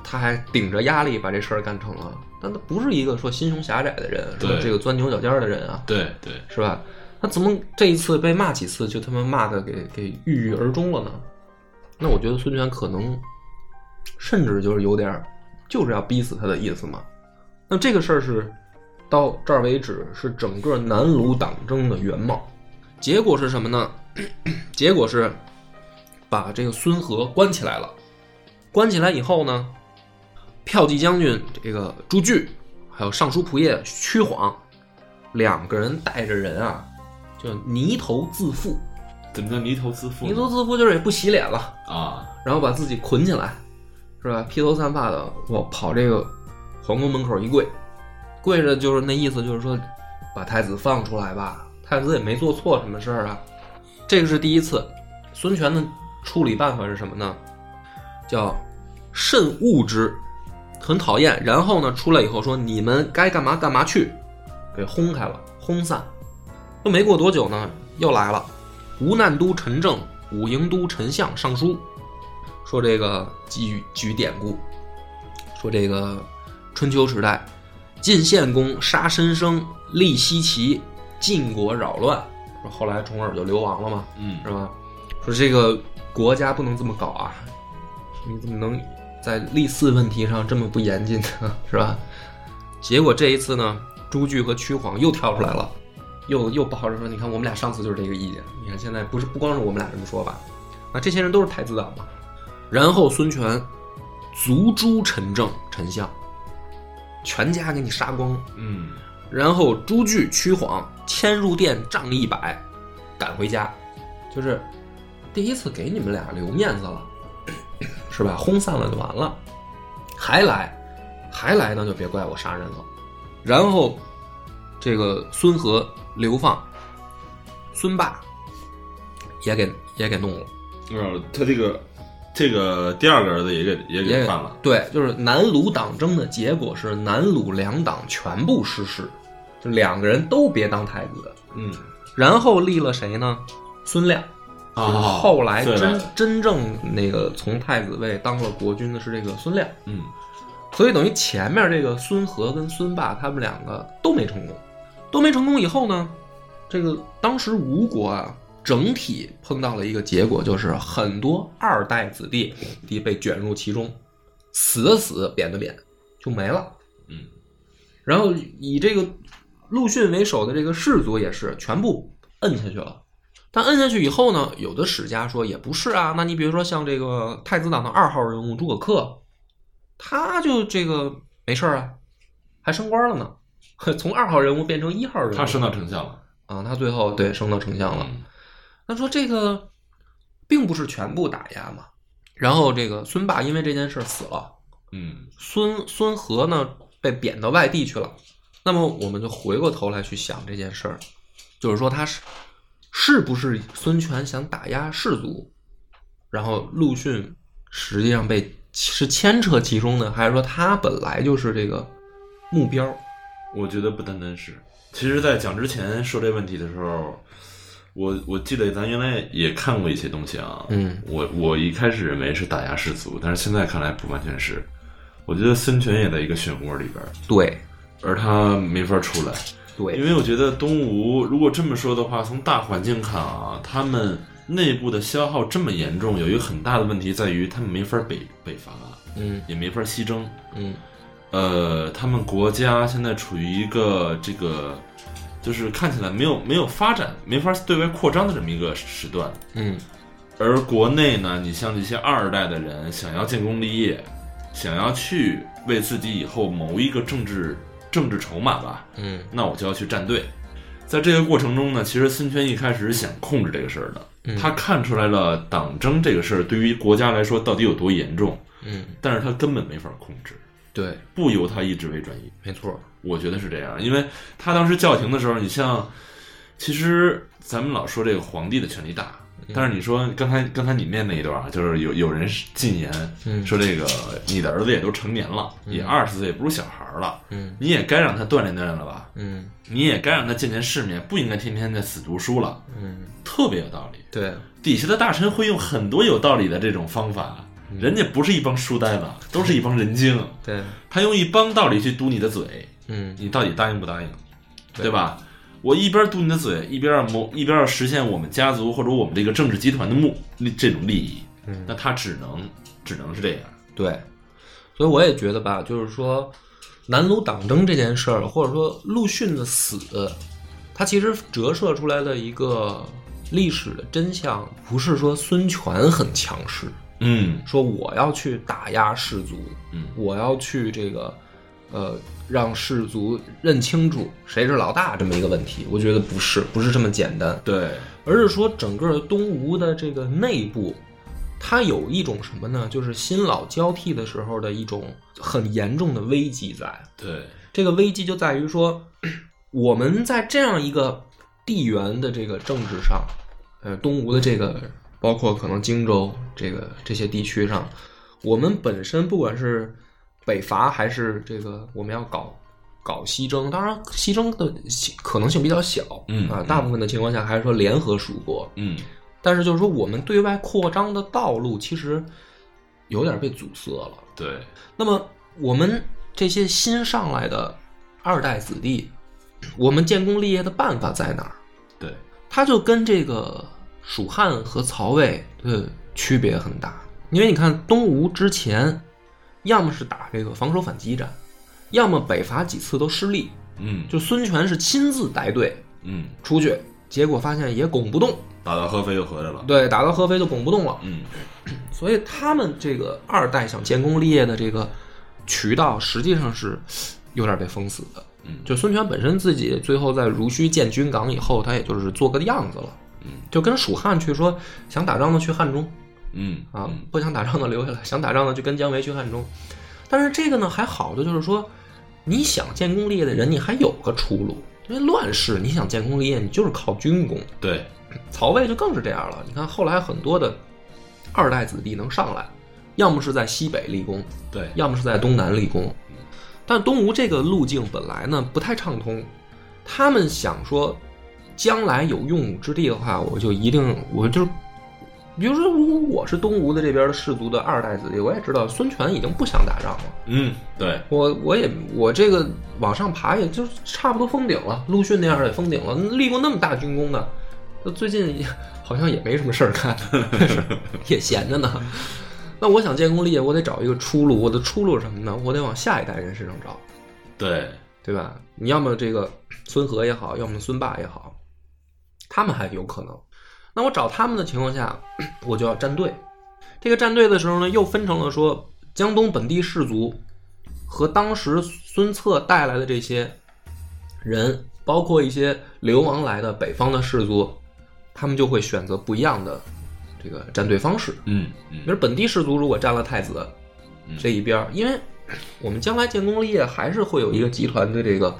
Speaker 1: 他还顶着压力把这事儿干成了。但他不是一个说心胸狭窄的人，是吧
Speaker 2: 对
Speaker 1: 这个钻牛角尖儿的人啊，
Speaker 2: 对对，
Speaker 1: 是吧？他怎么这一次被骂几次就他妈骂的给给郁郁而终了呢？那我觉得孙权可能甚至就是有点儿就是要逼死他的意思嘛。那这个事儿是到这儿为止是整个南鲁党争的原貌，结果是什么呢？ 结果是把这个孙和关起来了。关起来以后呢，骠骑将军这个朱据，还有尚书仆射屈晃，两个人带着人啊，就泥头自缚。
Speaker 2: 怎么叫泥头自
Speaker 1: 泥
Speaker 2: 缚
Speaker 1: 头
Speaker 2: 呢？
Speaker 1: 自缚就是也不洗脸了，
Speaker 2: 啊，
Speaker 1: 然后把自己捆起来，是吧？披头散发的，我跑这个皇宫门口一跪，跪着就是那意思，就是说把太子放出来吧，太子也没做错什么事儿啊。这个是第一次，孙权的处理办法是什么呢？叫慎恶之，很讨厌。然后呢，出来以后说你们该干嘛干嘛去，给轰开了，轰散。又没过多久呢，又来了，吴难都陈正、武营都陈相上书，说这个举举典故，说这个春秋时代，晋献公杀申生，立奚齐，晋国扰乱，说后来重耳就流亡了嘛，
Speaker 2: 嗯
Speaker 1: 是吧？说这个国家不能这么搞啊，你怎么能在立嗣问题上这么不严谨呢？ 是吧？结果这一次呢，朱据和屈晃又跳出来了，又又抱着说，你看我们俩上次就是这个意见，你看现在不是不光是我们俩这么说吧，啊，这些人都是太子党嘛。然后孙权族诛陈正、陈相，全家给你杀光。
Speaker 2: 嗯
Speaker 1: 然后朱据、屈晃迁入殿杖一百，赶回家，就是第一次给你们俩留面子了， 是吧？轰散了就完了，还来，还来那就别怪我杀人了。然后这个孙和流放，孙霸也给也给弄了，
Speaker 2: 嗯，他这个这个第二个儿子也给也
Speaker 1: 也
Speaker 2: 给犯了，
Speaker 1: 对，就是南鲁党争的结果是南鲁两党全部失势，就两个人都别当太子。
Speaker 2: 嗯
Speaker 1: 然后立了谁呢？孙亮。
Speaker 2: 啊
Speaker 1: 就是
Speaker 2: 嗯
Speaker 1: 后来
Speaker 2: 哦对
Speaker 1: 真
Speaker 2: 了
Speaker 1: 真正那个从太子位当了国君的是这个孙亮，
Speaker 2: 嗯
Speaker 1: 所以等于前面这个孙和跟孙霸他们两个都没成功，都没成功以后呢，这个当时吴国啊整体碰到了一个结果，就是很多二代子弟弟被卷入其中，死的死，贬的贬，就没了。
Speaker 2: 嗯
Speaker 1: 然后以这个陆逊为首的这个士族也是全部摁下去了。但摁下去以后呢，有的史家说也不是啊，那你比如说像这个太子党的二号人物诸葛恪，他就这个没事儿啊，还升官了呢， 从二号人物变成一号人物，
Speaker 2: 他升到丞相了，
Speaker 1: 啊，他最后对升到丞相了。
Speaker 2: 嗯
Speaker 1: 那说这个并不是全部打压嘛。然后这个孙霸因为这件事儿死了，
Speaker 2: 嗯
Speaker 1: 孙孙和呢被贬到外地去了。那么我们就回过头来去想这件事儿，就是说他是是不是孙权想打压士族，然后陆逊实际上被是牵扯其中呢，还是说他本来就是这个目标？
Speaker 2: 我觉得不单单是。其实，在讲之前说这问题的时候，我我记得咱原来也看过一些东西啊。
Speaker 1: 嗯
Speaker 2: 我我一开始认为是打压士族，但是现在看来不完全是。我觉得孙权也在一个漩涡里边儿，
Speaker 1: 嗯对
Speaker 2: 而他没法出来。因
Speaker 1: 对，
Speaker 2: 为我觉得东吴如果这么说的话，从大环境看啊，他们内部的消耗这么严重，有一个很大的问题在于他们没法北北伐，
Speaker 1: 嗯
Speaker 2: 也没法西征。
Speaker 1: 嗯
Speaker 2: 呃，他们国家现在处于一个这个，就是看起来没有没有发展，没法对外扩张的这么一个时段。
Speaker 1: 嗯
Speaker 2: 而国内呢，你像这些二代的人，想要建功立业，想要去为自己以后谋一个政治政治筹码吧，
Speaker 1: 嗯
Speaker 2: 那我就要去站队。在这个过程中呢，其实孙权一开始是想控制这个事儿的，他看出来了党争这个事儿对于国家来说到底有多严重，
Speaker 1: 嗯，
Speaker 2: 但是他根本没法控制，
Speaker 1: 对，
Speaker 2: 不由他意志为转移。
Speaker 1: 没错儿，
Speaker 2: 我觉得是这样，因为他当时叫停的时候，你像，其实咱们老说这个皇帝的权力大，
Speaker 1: 嗯
Speaker 2: 但是你说刚才刚才你念那一段啊，就是有有人进言
Speaker 1: 嗯
Speaker 2: 说这个你的儿子也都成年了，也二十岁，不是小孩儿了，
Speaker 1: 嗯
Speaker 2: 你也该让他锻炼锻炼了吧，
Speaker 1: 嗯
Speaker 2: 你也该让他见见世面，不应该天天在死读书了，
Speaker 1: 嗯，
Speaker 2: 特别有道理。
Speaker 1: 对。
Speaker 2: 底下的大臣会用很多有道理的这种方法，
Speaker 1: 嗯
Speaker 2: 人家不是一帮书呆子，都是一帮人精，
Speaker 1: 对，
Speaker 2: 他用一帮道理去堵你的嘴，
Speaker 1: 嗯，
Speaker 2: 你到底答应不答应，对吧？我一边堵你的嘴，一边要谋，一边要实现我们家族或者我们这个政治集团的目利这种利益，那他只能只能是这样。
Speaker 1: 对，所以我也觉得吧，就是说南鲁党争这件事儿，或者说陆逊的死，它其实折射出来的一个历史的真相，不是说孙权很强势，
Speaker 2: 嗯
Speaker 1: 说我要去打压士族，
Speaker 2: 嗯
Speaker 1: 我要去这个，呃，让士族认清楚谁是老大这么一个问题，我觉得不是，不是这么简单。
Speaker 2: 对，
Speaker 1: 而是说整个东吴的这个内部，它有一种什么呢？就是新老交替的时候的一种很严重的危机在。
Speaker 2: 对，
Speaker 1: 这个危机就在于说，我们在这样一个地缘的这个政治上，呃，东吴的这个包括可能荆州这个这些地区上，我们本身不管是北伐还是这个我们要搞搞西征，当然西征的可能性比较小，
Speaker 2: 嗯
Speaker 1: 啊，
Speaker 2: 嗯
Speaker 1: 大部分的情况下还是说联合蜀国，
Speaker 2: 嗯
Speaker 1: 但是就是说我们对外扩张的道路其实有点被阻塞了。
Speaker 2: 对，
Speaker 1: 那么我们这些新上来的二代子弟，我们建功立业的办法在哪儿？
Speaker 2: 对，
Speaker 1: 它就跟这个蜀汉和曹魏的区别很大，因为你看东吴之前，要么是打这个防守反击战，要么北伐几次都失利，
Speaker 2: 嗯
Speaker 1: 就孙权是亲自带队
Speaker 2: 嗯，
Speaker 1: 出去，结果发现也拱不动，
Speaker 2: 打到合肥又回来了。
Speaker 1: 对，打到合肥就拱不动了。
Speaker 2: 嗯
Speaker 1: 所以他们这个二代想建功立业的这个渠道，实际上是有点被封死的。
Speaker 2: 嗯
Speaker 1: 就孙权本身自己最后在濡须建军港以后，他也就是做个样子了。
Speaker 2: 嗯，
Speaker 1: 就跟蜀汉去说想打仗的去汉中
Speaker 2: 嗯
Speaker 1: 啊
Speaker 2: 嗯，
Speaker 1: 不想打仗的留下来， 想打仗的就跟姜维去汉中。但是这个呢，还好的就是说，你想建功立业的人，你还有个出路。因为乱世，你想建功立业，你就是靠军功。
Speaker 2: 对，
Speaker 1: 曹魏就更是这样了。你看后来很多的二代子弟能上来，要么是在西北立功，
Speaker 2: 对，
Speaker 1: 要么是在东南立功。但东吴这个路径本来呢不太畅通，他们想说，将来有用武之地的话，我就一定我就，比如说，如果我是东吴的这边的氏族的二代子弟，我也知道孙权已经不想打仗了，
Speaker 2: 嗯对，
Speaker 1: 我我也我这个往上爬也就差不多封顶了，陆逊那样也封顶了，立过那么大军功的，最近也好像也没什么事儿干，也闲着呢。那我想建功立业，我得找一个出路，我的出路是什么呢？我得往下一代人身上找，
Speaker 2: 对，
Speaker 1: 对吧？你要么这个孙和也好，要么孙霸也好，他们还有可能。那我找他们的情况下，我就要站队。这个站队的时候呢，又分成了说江东本地士族和当时孙策带来的这些人，包括一些流亡来的北方的士族，他们就会选择不一样的这个站队方式。
Speaker 2: 嗯
Speaker 1: 比
Speaker 2: 嗯
Speaker 1: 如本地士族如果占了太子
Speaker 2: 嗯
Speaker 1: 这一边儿，因为我们将来建功立业还是会有一个集团的这个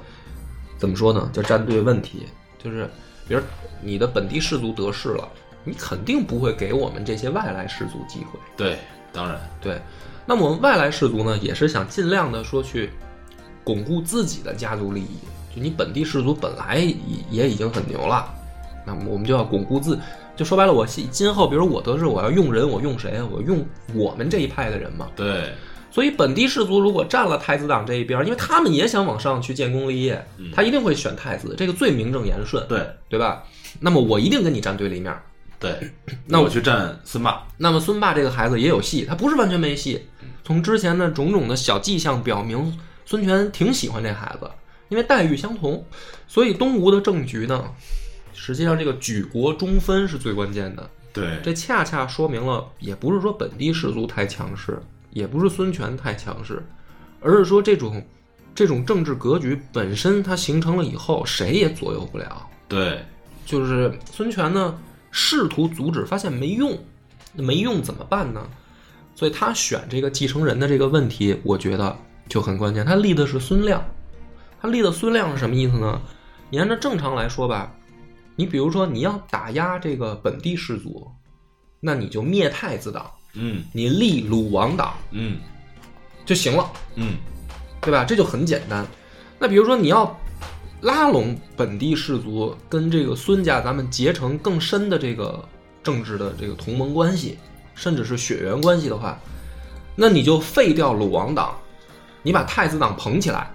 Speaker 1: 怎么说呢，叫站队问题，就是比如你的本地士族得势了，你肯定不会给我们这些外来士族机会。
Speaker 2: 对，当然，
Speaker 1: 对，那么我们外来氏族呢，也是想尽量的说去巩固自己的家族利益。就你本地氏族本来也也已经很牛了，那么我们就要巩固自，就说白了，我今今后比如我得势，我要用人，我用谁啊？我用我们这一派的人嘛。
Speaker 2: 对，
Speaker 1: 所以本地氏族如果占了太子党这一边，因为他们也想往上去建功立业，他一定会选太子，这个最名正言顺，
Speaker 2: 对，
Speaker 1: 对吧？那么我一定跟你站对立面儿。
Speaker 2: 对，
Speaker 1: 那
Speaker 2: 我去站孙霸，
Speaker 1: 那么孙霸这个孩子也有戏，他不是完全没戏。从之前的种种的小迹象表明，孙权挺喜欢这孩子，因为待遇相同，所以东吴的政局呢，实际上这个举国中分是最关键的。
Speaker 2: 对，
Speaker 1: 这恰恰说明了，也不是说本地士族太强势，也不是孙权太强势，而是说这种这种政治格局本身它形成了以后，谁也左右不了。
Speaker 2: 对，
Speaker 1: 就是孙权呢试图阻止，发现没用，那没用怎么办呢？所以他选这个继承人的这个问题，我觉得就很关键。他立的是孙亮，他立的孙亮是什么意思呢？你按照正常来说吧，你比如说你要打压这个本地士族，那你就灭太子党，
Speaker 2: 嗯
Speaker 1: 你立鲁王党
Speaker 2: 嗯
Speaker 1: 就行了。
Speaker 2: 嗯，
Speaker 1: 对吧？这就很简单。那比如说你要拉拢本地氏族，跟这个孙家咱们结成更深的这个政治的这个同盟关系，甚至是血缘关系的话，那你就废掉鲁王党，你把太子党捧起来，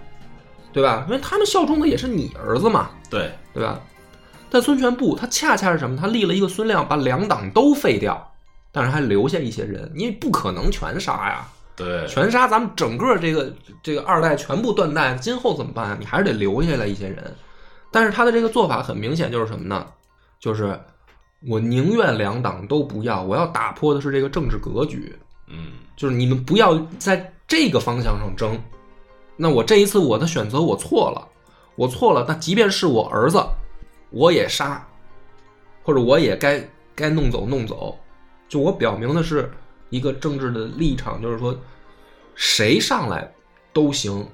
Speaker 1: 对吧？因为他们效忠的也是你儿子嘛，
Speaker 2: 对，
Speaker 1: 对吧？但孙权不，他恰恰是什么？他立了一个孙亮，把两党都废掉，但是还留下一些人，你也不可能全杀呀。
Speaker 2: 对，
Speaker 1: 全杀，咱们整个这个这个二代全部断代，今后怎么办啊？你还是得留下来一些人。但是他的这个做法很明显就是什么呢？就是我宁愿两党都不要，我要打破的是这个政治格局，
Speaker 2: 嗯，
Speaker 1: 就是你们不要在这个方向上争。那我这一次我的选择我错了，我错了。那即便是我儿子，我也杀，或者我也该该弄走弄走。就我表明的是一个政治的立场，就是说谁上来都行。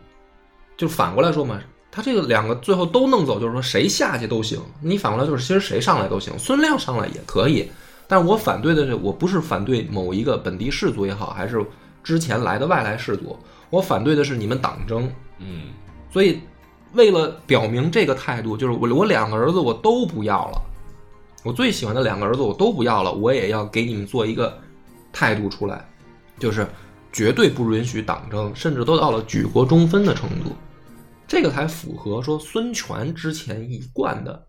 Speaker 1: 就反过来说嘛，他这个两个最后都弄走，就是说谁下去都行。你反过来就是，其实谁上来都行，孙亮上来也可以。但我反对的是，我不是反对某一个本地氏族也好，还是之前来的外来氏族，我反对的是你们党争。
Speaker 2: 嗯，
Speaker 1: 所以，为了表明这个态度，就是我我两个儿子我都不要了，我最喜欢的两个儿子我都不要了，我也要给你们做一个态度出来，就是绝对不允许党争，甚至都到了举国中分的程度，这个才符合说孙权之前一贯的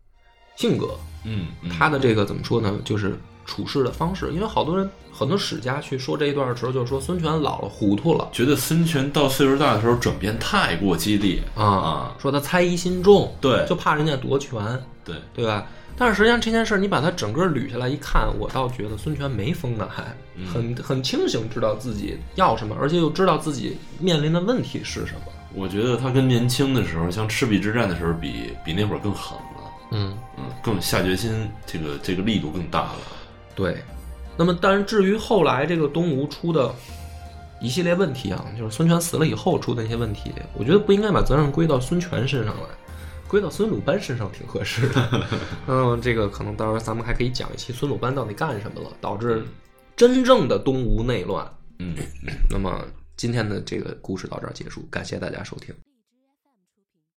Speaker 1: 性格。
Speaker 2: 嗯，嗯
Speaker 1: 他的这个怎么说呢？就是处事的方式，因为好多人很多史家去说这一段的时候，就是说孙权老了糊涂了
Speaker 2: 觉得孙权到岁数大的时候转变太过激烈
Speaker 1: 啊，说他猜疑心重，
Speaker 2: 对
Speaker 1: 就怕人家夺权，
Speaker 2: 对，
Speaker 1: 对吧？但是实际上这件事儿，你把它整个捋下来一看，我倒觉得孙权没疯呢，还
Speaker 2: 嗯
Speaker 1: 很很清醒，知道自己要什么，而且又知道自己面临的问题是什么。
Speaker 2: 我觉得他跟年轻的时候，像赤壁之战的时候比，比那会儿更狠了，
Speaker 1: 嗯，
Speaker 2: 嗯，更下决心，这个这个力度更大了，
Speaker 1: 对，那么但是至于后来这个东吴出的一系列问题啊，就是孙权死了以后出的那些问题，我觉得不应该把责任归到孙权身上来，归到孙鲁班身上挺合适的。嗯，这个可能到时候咱们还可以讲一期孙鲁班到底干什么了，导致真正的东吴内乱。
Speaker 2: 嗯。
Speaker 1: 那么今天的这个故事到这儿结束，感谢大家收听。